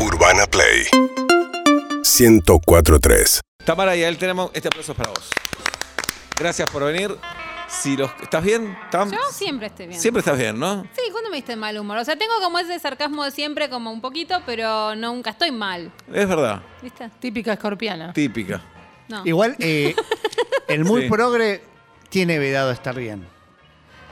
Urbana Play 104.3 Tamara y él tenemos este aplauso es para vos. Gracias por venir. Si los, ¿Estás bien? ¿Tam? Yo siempre estoy bien. Siempre estás bien, ¿no? Sí, ¿cuándo me viste en mal humor? O sea, tengo como ese sarcasmo de siempre, como un poquito, pero nunca estoy mal. Es verdad. ¿Viste? Típica escorpiana. Típica. No. Igual, eh, el muy Sí. progre tiene vedado estar bien.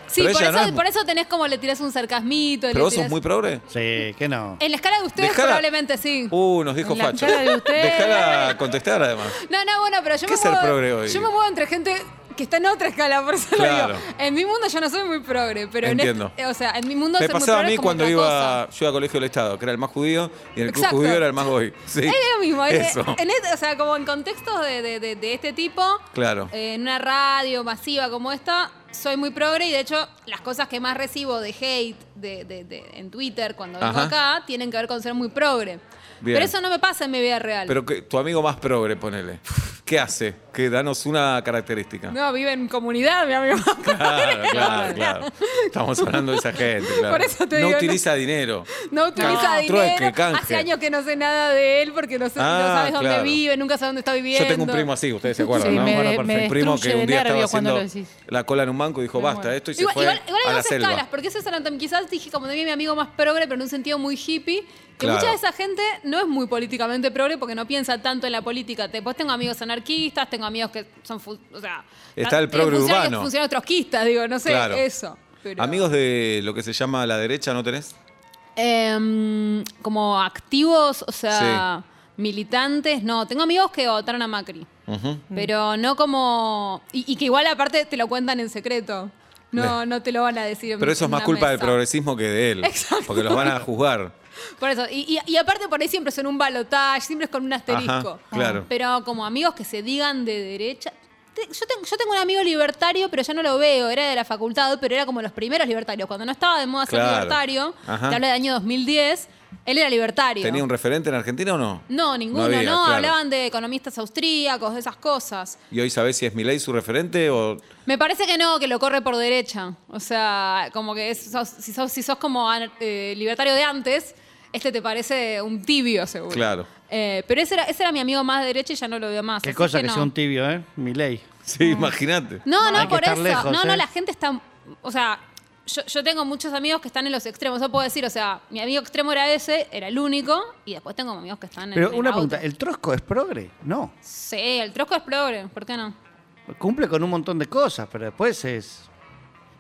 Sí, pero por ella eso, no es mu- por eso tenés como le tirás un sarcasmito. le ¿Pero vos sos tirás- muy progre? Sí, que no. En la escala de ustedes Dejala- probablemente sí. Uh, nos dijo En la Facho. cara de ustedes. Dejala contestar, además. No, no, bueno, pero yo ¿Qué me es ser muevo. progre hoy? Yo me muevo entre gente que está en otra escala, por eso lo Claro. digo. En mi mundo yo no soy muy progre, pero Entiendo. en este- o sea, en mi mundo Me ser muy pasaba a progre mí es como cuando otra cosa. iba, yo iba a colegio del Estado, que era el más judío, y en el club Exacto. judío era el más goy. Sí. Es lo mismo, es que Eso. en este- o sea, como en contextos de, de- de- de este tipo, Claro. eh, en una radio masiva como esta, soy muy progre y de hecho las cosas que más recibo de hate de, de- de- en Twitter cuando vengo Ajá. acá tienen que ver con ser muy progre. Bien. Pero eso no me pasa en mi vida real. Pero que, tu amigo más progre, ponele. ¿Qué hace? Que danos una característica. no, vive en comunidad, mi amigo. Claro, claro, claro. Estamos hablando de esa gente, claro. Por eso te no digo, no- utiliza dinero. No utiliza No, dinero. trueque, canje. Hace años que no sé nada de él porque no, sé, no Ah, sabes dónde claro. vive, nunca sabes dónde está viviendo. Yo tengo un primo así, ustedes se acuerdan, Sí, ¿no? me- Bueno, me perfecto. un primo destruye que un día de estaba nervios cuando haciendo lo decís. la cola en un banco y dijo, Me basta, muero. esto y se Igual, fue igual- igual a hay la dos selva. escalas, porque ese Sarantán quizás dije como también mi amigo más progre, pero en un sentido muy hippie, que Claro. mucha de esa gente no es muy políticamente progre porque no piensa tanto en la política. Después tengo amigos anarquistas, tengo amigos que son, fu- o sea, Está el tienen progre funcionarios- urbano. Funcionarios trotskistas, digo, no sé, Claro. eso. pero- Amigos de lo que se llama la derecha, ¿no tenés? Em, como activos, o sea, militantes, no. Tengo amigos que votaron a Macri. Ujú. Pero no como. Y, y que igual aparte te lo cuentan en secreto. No, no te lo van a decir. en- Pero eso es en más una culpa del mesa. progresismo que de él. Exacto. Porque los van a juzgar. Por eso. Y, y- y aparte por ahí siempre son un balotaje, siempre es con un asterisco. Ajá, claro. Pero como amigos que se digan de derecha. Te- Yo tengo, yo tengo un amigo libertario, pero ya no lo veo. Era de la facultad, pero era como los primeros libertarios. Cuando no estaba de moda ser Claro. libertario, Ajá. te hablo del año 2010, él era libertario. ¿Tenía un referente en Argentina o no? No, ninguno, no. había, claro. Hablaban de economistas austríacos, de esas cosas. ¿Y hoy sabés si es Milei su referente o...? Me parece que no, que lo corre por derecha. O sea, como que es- sos- si, sos, si sos como anar- eh, libertario de antes, este te parece un tibio, seguro. Claro. Eh, pero ese era, ese era mi amigo más de derecha y ya no lo veo más. Qué así cosa que, no. sea un tibio, ¿eh? Mi ley. Sí, imagínate. No, Hay no, que por estar eso. lejos, no, no, ¿eh? la gente está. O sea, yo, yo tengo muchos amigos que están en los extremos. Eso puedo decir, o sea, mi amigo extremo era ese, era el único. Y después tengo amigos que están en. Pero el una auto. pregunta, ¿el trosco es progre? No. Sí, el trosco es progre, ¿por qué no? Cumple con un montón de cosas, pero después es...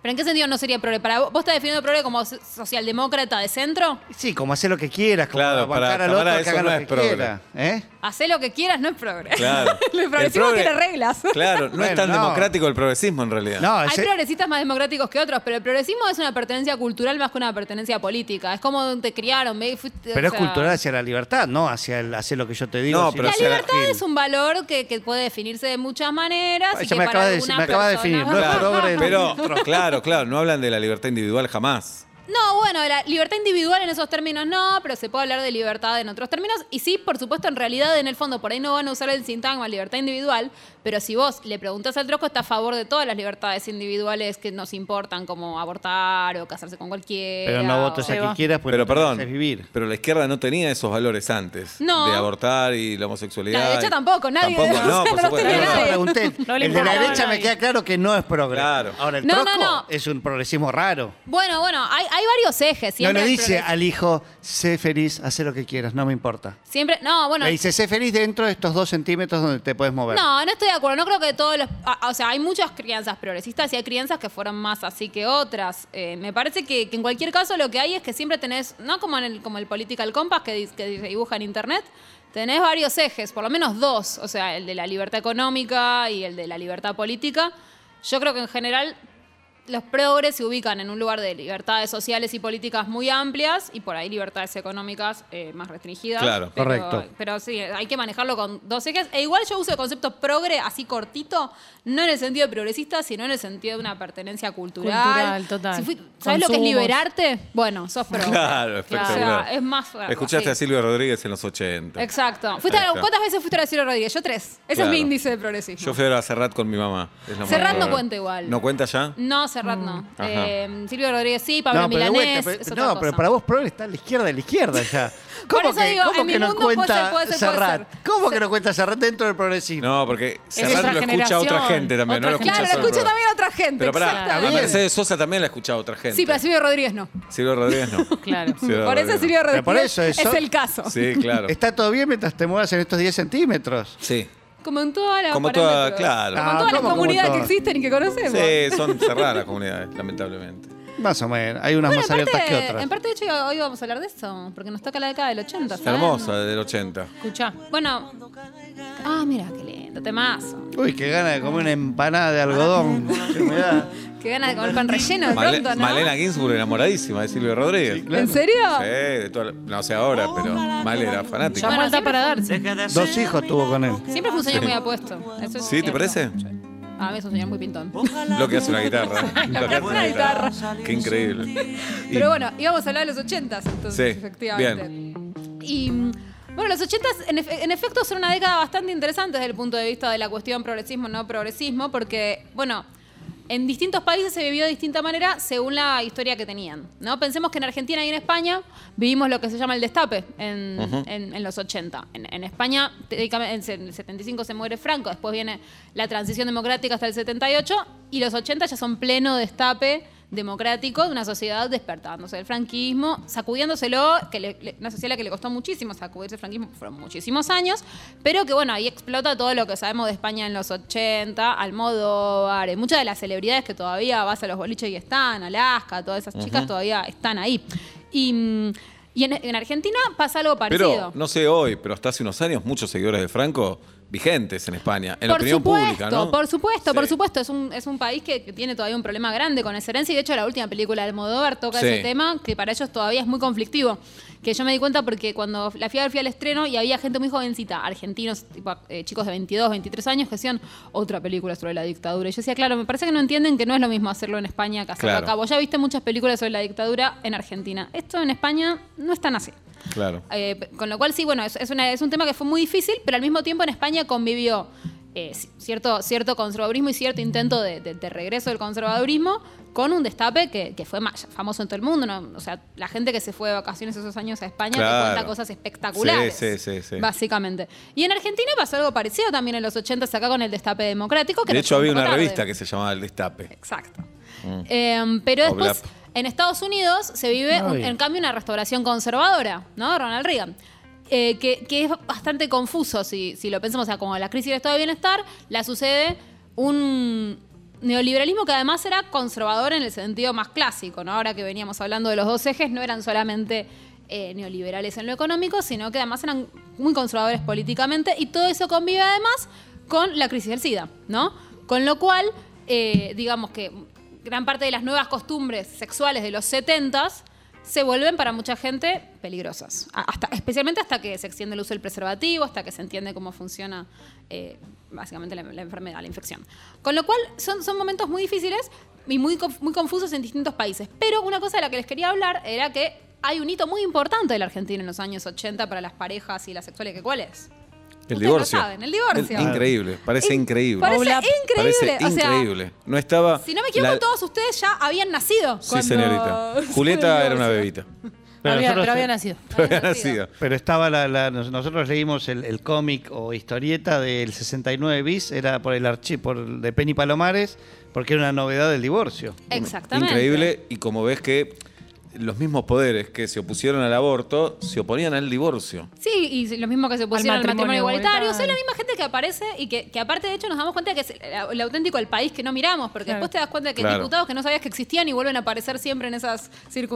¿Pero en qué sentido no sería progre? Para vos, ¿Vos estás definiendo progre como so- socialdemócrata de centro? Sí, como hacer lo que quieras, como Claro, bancar para al otro, Tamara que eso haga no lo es que progre. quiera. ¿eh? Hacé lo que quieras, no es progre. Claro. El progresismo El progre- tiene reglas. Claro, no es Bueno, tan no. democrático el progresismo en realidad. No, Hay Ah, ese- progresistas más democráticos que otros, pero el progresismo es una pertenencia cultural más que una pertenencia política. Es como te criaron, ¿ve? Fuiste, o pero es sea, cultural hacia la libertad, no hacia el hacer lo que yo te digo. No, si pero La no- hacia la- libertad es un valor que, que puede definirse de muchas maneras. Ay, y que ya me para acaba de- algunas me acaba de personas- definir, no es Claro, progre, no pero, es trosco. claro, claro, no hablan de la libertad individual jamás. No, bueno, la libertad individual en esos términos no, pero se puede hablar de libertad en otros términos. Y sí, por supuesto, en realidad, en el fondo, por ahí no van a usar el sintagma libertad individual, pero si vos le preguntás al trosco, está a favor de todas las libertades individuales que nos importan, como abortar o casarse con cualquiera. Pero no votes o- a quien quieras porque pero te perdón, mereces vivir. pero la izquierda no tenía esos valores antes No. de abortar y la homosexualidad. La derecha y- tampoco, nadie Tampoco, de- no, por no supuesto. tenía Por eso nadie. pregunté. No le el de la importaba a derecha me nadie. queda claro que no es progre. Claro. Ahora, el No, no, trosco no. es un progresismo raro. Bueno, bueno, hay, hay varios ejes. No Siempre le el dice progres- al hijo, sé feliz, haz lo que quieras, no me importa. Siempre, no, bueno. Le dice, sé feliz dentro de estos dos centímetros donde te puedes mover. No, no estoy de acuerdo. No creo que todos los. a- a- O sea, hay muchas crianzas progresistas y hay crianzas que fueron más así que otras. Eh, me parece que, que en cualquier caso lo que hay es que siempre tenés, no como en el, como el Political Compass que, dis- que dibuja en internet, tenés varios ejes, por lo menos dos. O sea, el de la libertad económica y el de la libertad política. Yo creo que en general. Los progres se ubican en un lugar de libertades sociales y políticas muy amplias y por ahí libertades económicas eh, más restringidas. Claro. Pero- Correcto. pero sí, hay que manejarlo con dos ejes. E igual yo uso el concepto progre así cortito, no en el sentido de progresista, sino en el sentido de una pertenencia cultural. Cultural, total. Si fui- ¿Sabes lo que es Consumos. liberarte? Bueno, sos progre. Claro, espectacular. O sea, es más. algo Escuchaste a así. Silvio Rodríguez en los 80. Exacto. Fuiste a- Ahí está. ¿Cuántas veces fuiste a Ciro Rodríguez? Yo tres. Ese Claro. es mi índice de progresismo. Yo fui a ver a Serrat con mi mamá. es lo más Serrat no probable. cuenta igual. ¿No cuenta ya? no, Serrat no. Mm, Ajá. Eh, Silvio Rodríguez sí, Pablo no, pero de Milanés. vuelta, pero- es otra no, cosa. pero para vos Progre está a la izquierda de la izquierda ya. Por eso digo, en mi mundo puede ser, puede ser, puede Serrat? ser. ¿Cómo que no cuenta Serrat dentro del progresismo? No, porque Serrat otra lo escucha a otra generación. gente también, no lo Otra escucha Claro, lo solo escucha el también a otra gente. Pero pará, a exactamente. Mercedes Sosa también la escucha otra gente. Sí, pero a Silvio Rodríguez no. Silvio Rodríguez no. Claro. Silvio Por eso Rodríguez. Silvio Rodríguez por eso es eso- el caso. Sí, claro. Está todo bien mientras te muevas en estos 10 centímetros. Sí. Como en todas las Como toda- parámetros. claro. Como en Ah, todas las ¿cómo, como comunidades que todas? existen y que conocemos. Sí, son cerradas las comunidades, lamentablemente. Más o menos. Hay unas Bueno, más en abiertas que parte, otras. en parte, de hecho, hoy vamos a hablar de eso, porque nos toca la década del 80. Está ¿saben? hermosa, del 80. Escuchá. Bueno. Ah, mira, qué lindo, temazo. Uy, qué gana de comer una empanada de algodón. Ah, Qué me da. Qué ganas de comer pan relleno de Male- pronto, ¿no? Malena Ginsburg enamoradísima de Silvio Rodríguez. claro. ¿En serio? Oh, Sí, de toda la- no sé ahora, pero Male era fanática. Ya Bueno, vuelta siempre fue- para darse. Dos hijos tuvo con él. Siempre fue un señor Sí. muy apuesto. Eso es ¿Sí, te cierto. parece? A mí es un señor muy pintón. Lo que hace una guitarra. Lo que hace Una guitarra. Qué increíble. Y- Pero bueno, íbamos a hablar de los 80s, entonces, Sí, efectivamente. Y mm, bueno, los 80s en, efe- en efecto son una década bastante interesante desde el punto de vista de la cuestión progresismo-no progresismo, porque, bueno. En distintos países se vivió de distinta manera según la historia que tenían. ¿no? Pensemos que en Argentina y en España vivimos lo que se llama el destape en, en- en los 80. En, en España, técnicamente, en el 75 se muere Franco, después viene la transición democrática hasta el 78 y los 80 ya son pleno destape democrático de una sociedad despertándose del franquismo, sacudiéndoselo, que le- le- una sociedad a la que le costó muchísimo sacudirse el franquismo, fueron muchísimos años, pero que bueno, ahí explota todo lo que sabemos de España en los 80, Almodóvar, eh, muchas de las celebridades que todavía vas a los boliches y están, Alaska, todas esas chicas todavía están ahí. Y, mm, y en, en Argentina pasa algo parecido. Pero, no sé hoy, pero hasta hace unos años muchos seguidores de Franco vigentes en España, en la opinión supuesto, pública, ¿no? Por supuesto, Sí. por supuesto. Es un, es un país que, que tiene todavía un problema grande con esa herencia. Y de hecho, la última película de Almodóvar toca Sí. ese tema, que para ellos todavía es muy conflictivo. Que yo me di cuenta porque cuando la fui a ver, fui al estreno y había gente muy jovencita, argentinos, tipo, eh, chicos de 22, 23 años, que hacían otra película sobre la dictadura. Y yo decía, claro, me parece que no entienden que no es lo mismo hacerlo en España que hacerlo Claro. acá. Vos ya viste muchas películas sobre la dictadura en Argentina. Esto en España no es tan así. Claro. Eh, p- con lo cual, sí, bueno, es, es una- es un tema que fue muy difícil, pero al mismo tiempo en España convivió eh, ci- cierto, cierto conservadurismo y cierto intento de, de- de regreso del conservadurismo con un destape que, que fue ma- famoso en todo el mundo. ¿no? O sea, la gente que se fue de vacaciones esos años a España Claro. te cuenta cosas espectaculares. Sí, sí, sí, sí. Básicamente. Y en Argentina pasó algo parecido también en los 80 acá con el destape democrático. Que De nos hecho, llegó había un una poco tarde. revista que Mm. se llamaba El Destape. Exacto. Eh, pero después, Oblap. en Estados Unidos se vive, un- Ay. en cambio, una restauración conservadora, ¿no? Ronald Reagan. Eh, que, que es bastante confuso si, si lo pensamos. O sea, como la crisis del estado de bienestar, la sucede un neoliberalismo que además era conservador en el sentido más clásico, ¿no? Ahora que veníamos hablando de los dos ejes, no eran solamente eh, neoliberales en lo económico, sino que además eran muy conservadores políticamente y todo eso convive además con la crisis del SIDA, ¿no? Con lo cual, eh, digamos que gran parte de las nuevas costumbres sexuales de los 70s se vuelven para mucha gente peligrosas. A- Hasta, especialmente hasta que se extiende el uso del preservativo, hasta que se entiende cómo funciona eh, básicamente la, la enfermedad, la infección. Con lo cual son, son momentos muy difíciles y muy, conf- muy confusos en distintos países. Pero una cosa de la que les quería hablar era que hay un hito muy importante de la Argentina en los años 80 para las parejas y las sexuales, que cuál es. El Ustedes divorcio. lo saben, el divorcio. increíble, parece In- increíble. Parece Paula, increíble. Parece o sea, increíble. No estaba. si no me equivoco, la- todos ustedes ya habían nacido. Sí, cuando- señorita. Julieta era una bebita. Pero Había- nosotros- pero había nacido. Pero había nacido. nacido. Pero estaba la, la- nos- nosotros leímos el, el cómic o historieta del 69 bis, era por el archivo por, de Penny Palomares, porque era una novedad del divorcio. Exactamente. Increíble. Y como ves que los mismos poderes que se opusieron al aborto se oponían al divorcio. Sí, y lo mismo que se pusieron al matrimonio matrimonio igualitario. igualitario. Soy la misma gente que aparece y que, que aparte, de hecho, nos damos cuenta que es el, el auténtico el país que no miramos, porque Claro. después te das cuenta que hay Claro. diputados que no sabías que existían y vuelven a aparecer siempre en esas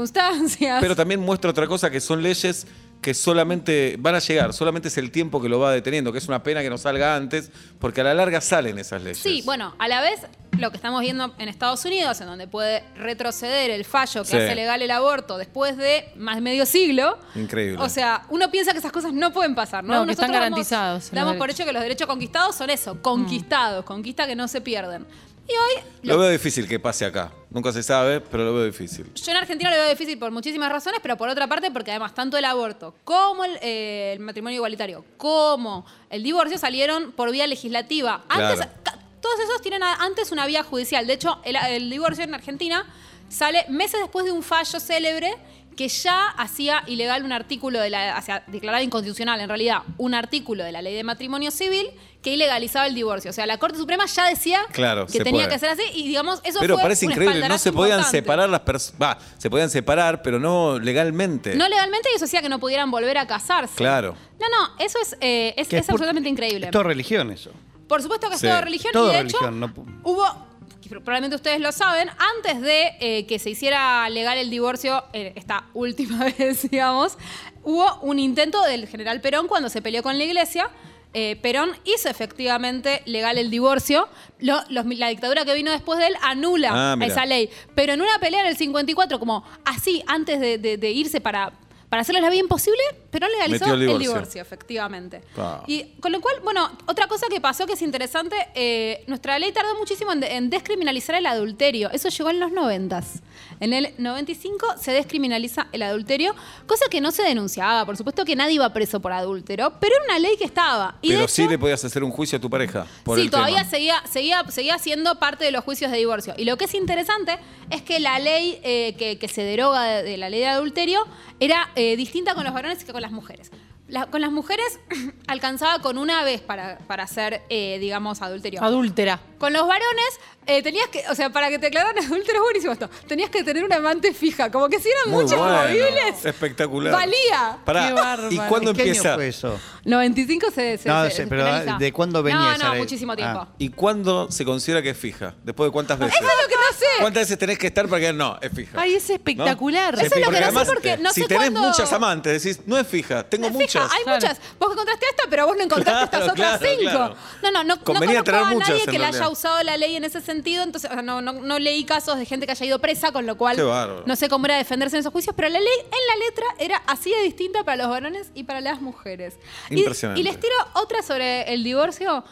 circunstancias. Pero también muestra otra cosa que son leyes que solamente van a llegar, solamente es el tiempo que lo va deteniendo, que es una pena que no salga antes, porque a la larga salen esas leyes. Sí, bueno, a la vez lo que estamos viendo en Estados Unidos, en donde puede retroceder el fallo que Sí. hace legal el aborto después de más de medio siglo. Increíble. O sea, uno piensa que esas cosas no pueden pasar, ¿no? No, que Nosotros están damos- garantizados los Damos, por derechos. hecho que los derechos conquistados son eso, Mm. conquistados, conquista que no se pierden. Y hoy Lo veo difícil que pase acá. Nunca se sabe, pero lo veo difícil. Yo en Argentina lo veo difícil por muchísimas razones, pero por otra parte, porque además tanto el aborto como el, eh, el matrimonio igualitario, como el divorcio salieron por vía legislativa. Antes, Claro. ca- todos esos tienen a- antes una vía judicial. De hecho, el, el divorcio en Argentina sale meses después de un fallo célebre que ya hacía ilegal un artículo de la, o sea, declaraba inconstitucional en realidad, un artículo de la ley de matrimonio civil que ilegalizaba el divorcio. O sea, la Corte Suprema ya decía Claro, que se tenía puede. que ser así y digamos, eso pero fue parece un increíble, no espaldarazo se podían importante. separar las personas. Va, se podían separar, pero no legalmente. No legalmente y eso hacía que no pudieran volver a casarse. Claro. No, no, eso es, eh, es, Que es por- absolutamente increíble. Es todo religión eso. Por supuesto que es Sí. todo religión Todo y de religión, hecho no pu- hubo, que probablemente ustedes lo saben, antes de eh, que se hiciera legal el divorcio, eh, esta última vez, digamos, hubo un intento del general Perón cuando se peleó con la iglesia. Eh, Perón hizo efectivamente legal el divorcio. Lo- los- la dictadura que vino después de él anula Ah, mira. esa ley. Pero en una pelea en el 54, como así, antes de, de- de irse para, para hacerles la vida imposible, Perón legalizó Metió el el divorcio, divorcio. efectivamente. Pa. Y con lo cual, bueno, otra cosa que pasó que es interesante, eh, nuestra ley tardó muchísimo en, de- en descriminalizar el adulterio. Eso llegó en los 90s. En el 95 se descriminaliza el adulterio, cosa que no se denunciaba. Por supuesto que nadie iba preso por adúltero, pero era una ley que estaba. Y de pero hecho- sí le podías hacer un juicio a tu pareja. Por sí, el todavía tema. Seguía, seguía, seguía siendo parte de los juicios de divorcio. Y lo que es interesante es que la ley eh, que, que se deroga de, de la ley de adulterio era eh, distinta con los varones que con las mujeres. La- con las mujeres alcanzaba con una vez para, para hacer, eh, digamos, adulterio. Adúltera. Con los varones, eh, tenías que, o sea, para que te declararan adúltero es buenísimo esto, tenías que tener una amante fija, como que si eran Muy muchos bueno, movibles. Espectacular. Valía. Pará, Qué bárbaro. ¿Y cuándo ¿En qué año empieza? fue eso? 95 se, se, No, se- sé, se pero penaliza. ¿de cuándo venía No, esa no, ley? muchísimo Ah. tiempo. ¿Y cuándo se considera que es fija? ¿Después de cuántas veces? Eso es lo que no sé. ¿Cuántas veces tenés que estar para que no, es fija? Ay, es espectacular. Eso es lo que no sé además, porque no si sé tenés cuándo- muchas amantes, decís, no es fija, tengo Fija, muchas. hay Claro. muchas. Vos que encontraste esta, pero vos no encontraste Claro, estas otras claro, cinco. claro. No, no, no, no Convenía conozco tener a nadie muchas, en que le haya realidad. usado la ley en ese sentido, entonces o sea, no, no, no leí casos de gente que haya ido presa, con lo cual Qué bárbaro. no sé cómo era defenderse en esos juicios, pero la ley en la letra era así de distinta para los varones y para las mujeres. Y- Impresionante. Y, les tiro otra sobre el divorcio.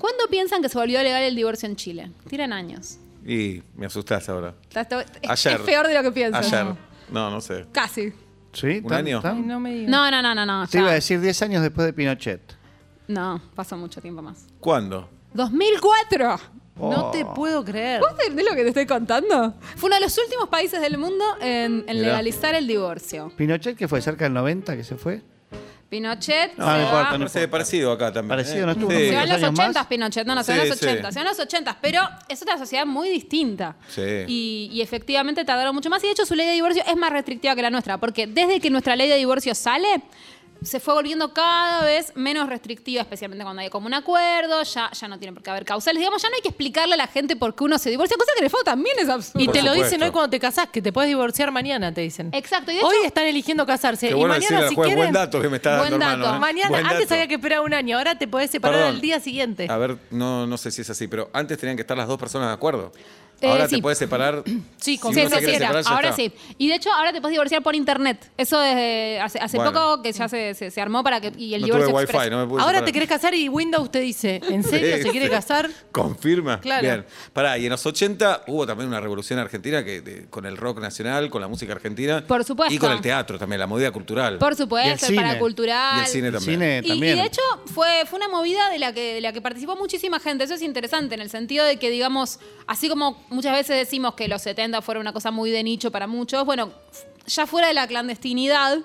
¿Cuándo piensan que se volvió legal el divorcio en Chile? Tiran años. Y me asustás ahora. Está- está- Es, Ayer. es peor de lo que piensan. Ayer. No, no sé. Casi. ¿Sí? ¿Un ¿Tan- año? Ay, tan? no me digas. No, no, no, no, no. Te iba a ya. decir 10 años después de Pinochet. No, pasó mucho tiempo más. ¿Cuándo? 2004. No te puedo creer. ¿Vos entendés lo que te estoy contando? Fue uno de los últimos países del mundo en, en Mirá. legalizar el divorcio. ¿Pinochet que fue? ¿Cerca del 90 que se fue? Pinochet No, se, no va, importa, no. Parece parecido acá también. ¿eh? Parecido, no estuvo Sí. se tan va bien. en los ¿Dos años más? 80 Pinochet. No, no, se va en Sí, los sí. 80, se va en los 80, pero es otra sociedad muy distinta. Sí. Y, y efectivamente tardaron mucho más. Y de hecho su ley de divorcio es más restrictiva que la nuestra, porque desde que nuestra ley de divorcio sale, se fue volviendo cada vez menos restrictiva, especialmente cuando hay como un acuerdo, ya, ya no tiene por qué haber causales. Digamos, ya no hay que explicarle a la gente por qué uno se divorcia, cosa que en el fondo también es absurdo. Y Por te lo supuesto. dicen hoy cuando te casás, que te puedes divorciar mañana, te dicen. Exacto, y de Hoy hecho- están eligiendo casarse. Qué y bueno decirle mañana, al si juez, quieren. buen dato que me está Buen dando, dato. hermano. ¿eh? Mañana, Buen antes dato. había que esperar un año, ahora te podés separar Perdón. al día siguiente. A ver, no, no sé si es así, pero antes tenían que estar las dos personas de acuerdo. Eh, Ahora sí. te puedes separar. Sí, con si Sí, uno se se quien quiere quiera. separar, ya Ahora está. sí. Y de hecho, ahora te puedes divorciar por internet. Eso desde hace, hace Bueno. poco que ya se, se- se armó para que. Y el No tuve divorcio. wifi, express. no me pude ahora separar. te querés casar y Windows te dice, ¿en serio Sí, se quiere sí. casar? Confirma. Claro. Bien. Pará, y en los 80 hubo también una revolución argentina que, de- con el rock nacional, con la música argentina. Por supuesto. Y con el teatro también, la movida cultural. Por Y el supuesto, cine. para cultural. Y el cine El también. cine Y- también. Y, de hecho fue, fue una movida de la, que, de la que participó muchísima gente. Eso es interesante en el sentido de que, digamos, así como muchas veces decimos que los 70 fueron una cosa muy de nicho para muchos, bueno, f- ya fuera de la clandestinidad,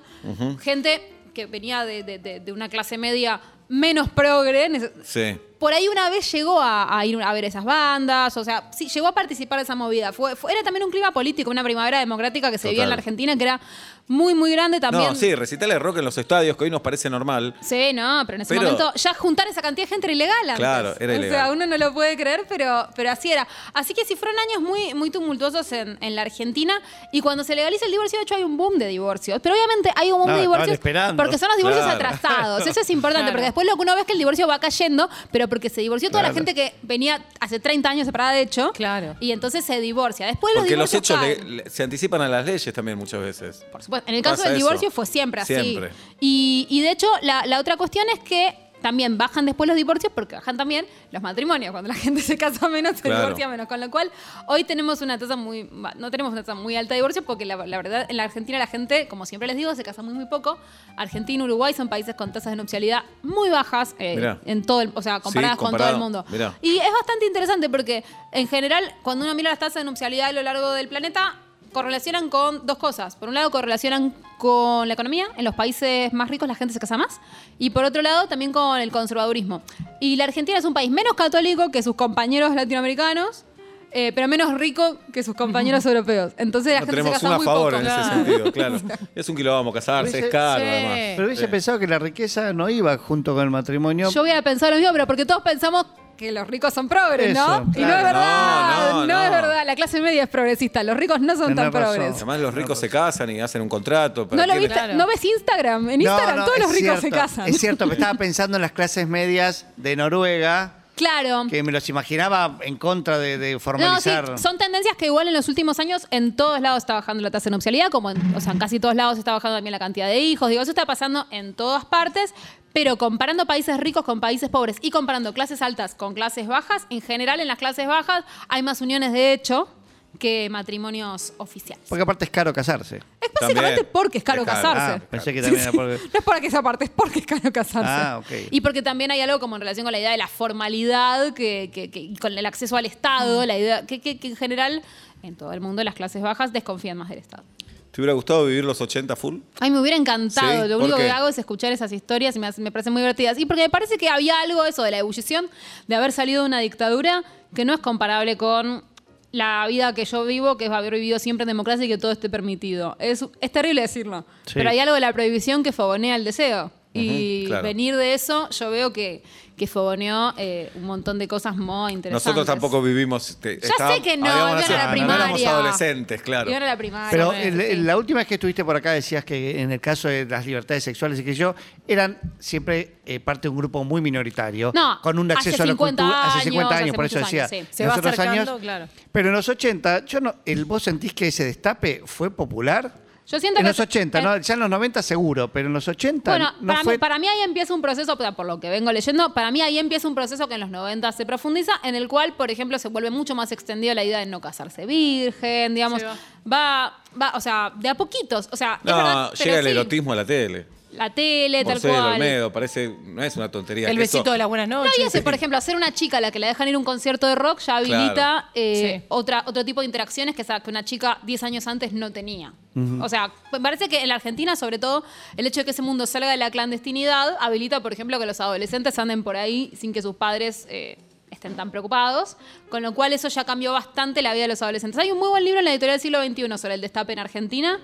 gente que venía de, de- de- de una clase media menos progre, nece- Sí. por ahí una vez llegó a, a ir a ver esas bandas, o sea, sí, llegó a participar de esa movida. Fue, fue- era también un clima político, una primavera democrática que se vivía en la Total. Argentina, que era muy, muy grande también. No, sí, recitales de rock en los estadios, que hoy nos parece normal. Sí, no, pero en ese Pero- momento ya juntar esa cantidad de gente era ilegal antes. Claro, era O sea, ilegal. uno no lo puede creer, pero, pero así era. Así que sí fueron años muy, muy tumultuosos en, en la Argentina y cuando se legaliza el divorcio, de hecho hay un boom de divorcios. Pero obviamente hay un boom No, de estaban divorcios esperando. porque son los divorcios Claro. atrasados. Eso es importante, Claro. porque después lo que uno ve es que el divorcio va cayendo, pero porque se divorció toda la Claro. gente que venía hace 30 años separada, de hecho. Claro. Y entonces se divorcia. Después los Porque los divorcios hechos le- caen. le- se anticipan a las leyes también muchas veces. Por supuesto. En el caso Pasa del divorcio eso. fue siempre así. Siempre. Y, y de hecho, la, la otra cuestión es que también bajan después los divorcios porque bajan también los matrimonios. Cuando la gente se casa menos, se Claro. divorcia menos. Con lo cual, hoy tenemos una tasa muy. va, No tenemos una tasa muy alta de divorcio porque la, la verdad, en la Argentina la gente, como siempre les digo, se casa muy, muy poco. Argentina, Uruguay son países con tasas de nupcialidad muy bajas eh, Mirá. en todo el. O sea, comparadas con todo comparado. el mundo. Mirá. Y es bastante interesante porque, en general, cuando uno mira las tasas de nupcialidad a lo largo del planeta, correlacionan con dos cosas. Por un lado, correlacionan con la economía. En los países más ricos la gente se casa más. Y por otro lado, también con el conservadurismo. Y la Argentina es un país menos católico que sus compañeros latinoamericanos. eh, pero menos rico que sus compañeros europeos. Entonces la No gente se tenemos casa una a muy favor poco. en ese sentido, claro. Es un quilombo casarse, es Hubiese- caro, Sí. además. Pero hubiese Sí. pensado que la riqueza no iba junto con el matrimonio. Yo voy a pensar lo mismo, pero porque todos pensamos que los ricos son progres, ¿no? Eso, y no claro. es verdad. No, No, no, no. es verdad. La clase media es progresista. Los ricos no son Tenés tan razón. progres. Además, los ricos se casan y hacen un contrato. ¿para ¿No lo qué? viste? Claro. ¿No ves Instagram? En Instagram No, no, todos los es ricos se cierto, casan. Es cierto, me estaba pensando en las clases medias de Noruega, Claro. que me los imaginaba en contra de, de No, sí, formalizar. son tendencias que igual en los últimos años en todos lados está bajando la tasa de nupcialidad, como en, o sea, en casi todos lados está bajando también la cantidad de hijos. Digo, eso está pasando en todas partes, pero comparando países ricos con países pobres y comparando clases altas con clases bajas, en general en las clases bajas hay más uniones de hecho que matrimonios oficiales. Porque aparte es caro casarse. es básicamente También. porque es caro Es caro. Ah, casarse. pensé que también era porque... No es para que se aparte, es porque es caro casarse. Ah, ok. Y porque también hay algo como en relación con la idea de la formalidad, que, que- que- y con el acceso al Estado, la idea que, que- que en general en todo el mundo las clases bajas desconfían más del Estado. ¿Te hubiera gustado vivir los 80 full? Ay, me hubiera encantado. Sí, Lo ¿por único qué? que hago es escuchar esas historias y me, hace- me parecen muy divertidas. Y porque me parece que había algo eso de la ebullición, de haber salido de una dictadura que no es comparable con la vida que yo vivo, que es haber vivido siempre en democracia y que todo esté permitido. Es, es terrible decirlo, Sí. pero hay algo de la prohibición que fogonea el deseo. Y Ujú, claro. venir de eso, yo veo que, que fogoneó eh, un montón de cosas muy interesantes. Nosotros tampoco vivimos. este, Ya estábamos- sé que no, habíamos iban a nacido- la no éramos primaria. adolescentes, claro. Iban a la primaria. Pero bueno, el- sí. el- la última vez que estuviste por acá decías que en el caso de las libertades sexuales y que yo, eran siempre eh, parte de un grupo muy minoritario, No, con un hace acceso a la 50 cultura hace años, 50 años, hace por eso muchos decía. años, sí. Se va nosotros acercando, claro. Pero en los 80, yo no, el, ¿vos sentís que ese destape fue popular? Yo siento en que- los 80, en- ¿no? ya en los 90 seguro, pero en los 80 Bueno, no para, fue... mí, para mí ahí empieza un proceso, o sea, por lo que vengo leyendo, para mí ahí empieza un proceso que en los 90 se profundiza, en el cual, por ejemplo, se vuelve mucho más extendida la idea de no casarse virgen, digamos. Sí, va. va, o sea, de a poquitos. O sea, es No, verdad, pero llega el sí, erotismo a la tele. La tele, tal Marcelo cual. Olmedo, parece. No es una tontería. El que eso- besito de las buenas No, noches. y ese, por ejemplo, hacer una chica a la que la dejan ir a un concierto de rock ya habilita Claro. eh, Sí. otra, otro tipo de interacciones que, esa- que una chica 10 años antes no tenía. O sea, me parece que en la Argentina, sobre todo, el hecho de que ese mundo salga de la clandestinidad habilita, por ejemplo, que los adolescentes anden por ahí sin que sus padres eh, estén tan preocupados, con lo cual eso ya cambió bastante la vida de los adolescentes. Hay un muy buen libro en la editorial del siglo XXI sobre el destape en Argentina,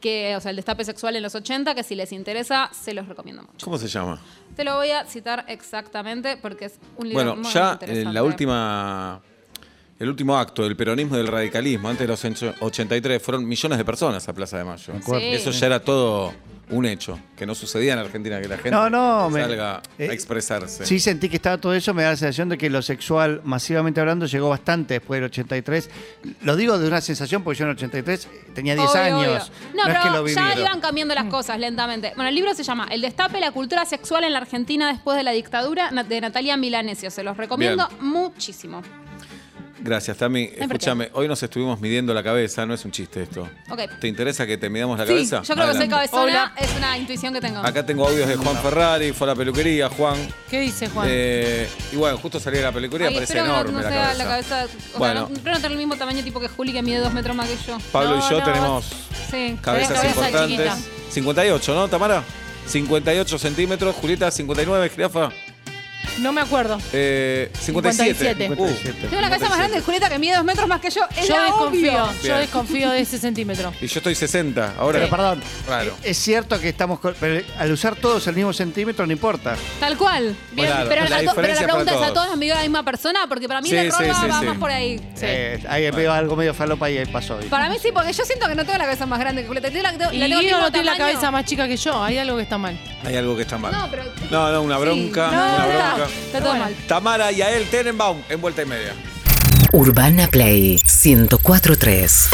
que, o sea, el destape sexual en los 80, que si les interesa, se los recomiendo mucho. ¿Cómo se llama? Te lo voy a citar exactamente porque es un libro Bueno, muy ya interesante. en la última. El último acto del peronismo y del radicalismo, antes de los encho- 83, fueron millones de personas a Plaza de Mayo. acuerdo. Sí. Eso ya era todo un hecho, que no sucedía en Argentina, que la gente No, no, me- salga eh, a expresarse. Sí, sentí que estaba todo eso, me da la sensación de que lo sexual, masivamente hablando, llegó bastante después del 83. Lo digo de una sensación porque yo en el 83 tenía 10 Obvio, obvio. años. No, es pero que lo ya viví. iban cambiando las cosas lentamente. Bueno, el libro se llama El destape, la cultura sexual en la Argentina después de la dictadura na- de Natalia Milanesio. Se los recomiendo muchísimo. Gracias, Tami. hay por qué. Escúchame, hoy nos estuvimos midiendo la cabeza, no es un chiste esto. Ok. ¿Te interesa que te midamos la Sí, cabeza? yo creo que soy Adelante. cabezona. Hola. Es una intuición que tengo. Acá tengo audios de Juan Ferrari, fue a la peluquería, Juan. ¿Qué dice Juan? Eh, y bueno, justo salí de la peluquería, Ay, parece espero que no- enorme no la, sea cabeza. la cabeza. o sea, Bueno. no- creo no tener el mismo tamaño tipo que Juli, que mide dos metros más que yo. Pablo No, y yo no, tenemos Sí. cabezas cabeza importantes. chiquita. 58, ¿no, Tamara? 58 centímetros, Julieta 59, jirafa. No me acuerdo. Eh, 57. 57. Uh, 57. Tengo la cabeza más grande de Julieta que mide dos metros más que yo. Es Yo la desconfío, obvio. yo Bien. desconfío de ese centímetro. Uh, y yo estoy 60, ahora. Pero perdón, Raro. es- es cierto que estamos... con- pero al usar todos el mismo centímetro no importa. Tal cual. Bien, Claro, pero, la la to- pero la diferencia pregunta para es, ¿a todos. todos nos midió la misma persona? Porque para mí Sí, el error sí, va, sí, va sí. más por ahí. Eh, ahí veo algo medio falopa y ahí pasó. Para mí sí, porque yo siento que no tengo la cabeza más grande que Julieta. Tengo la, tengo- Y la tengo el Guido mismo no tiene la tamaño. cabeza más chica que yo, hay algo que está mal. Hay algo que está mal. No, pero... No, no, una Sí. bronca, No, una está, bronca. está todo mal. Tamara y Ael Tenenbaum en vuelta y media. Urbana Play 1043.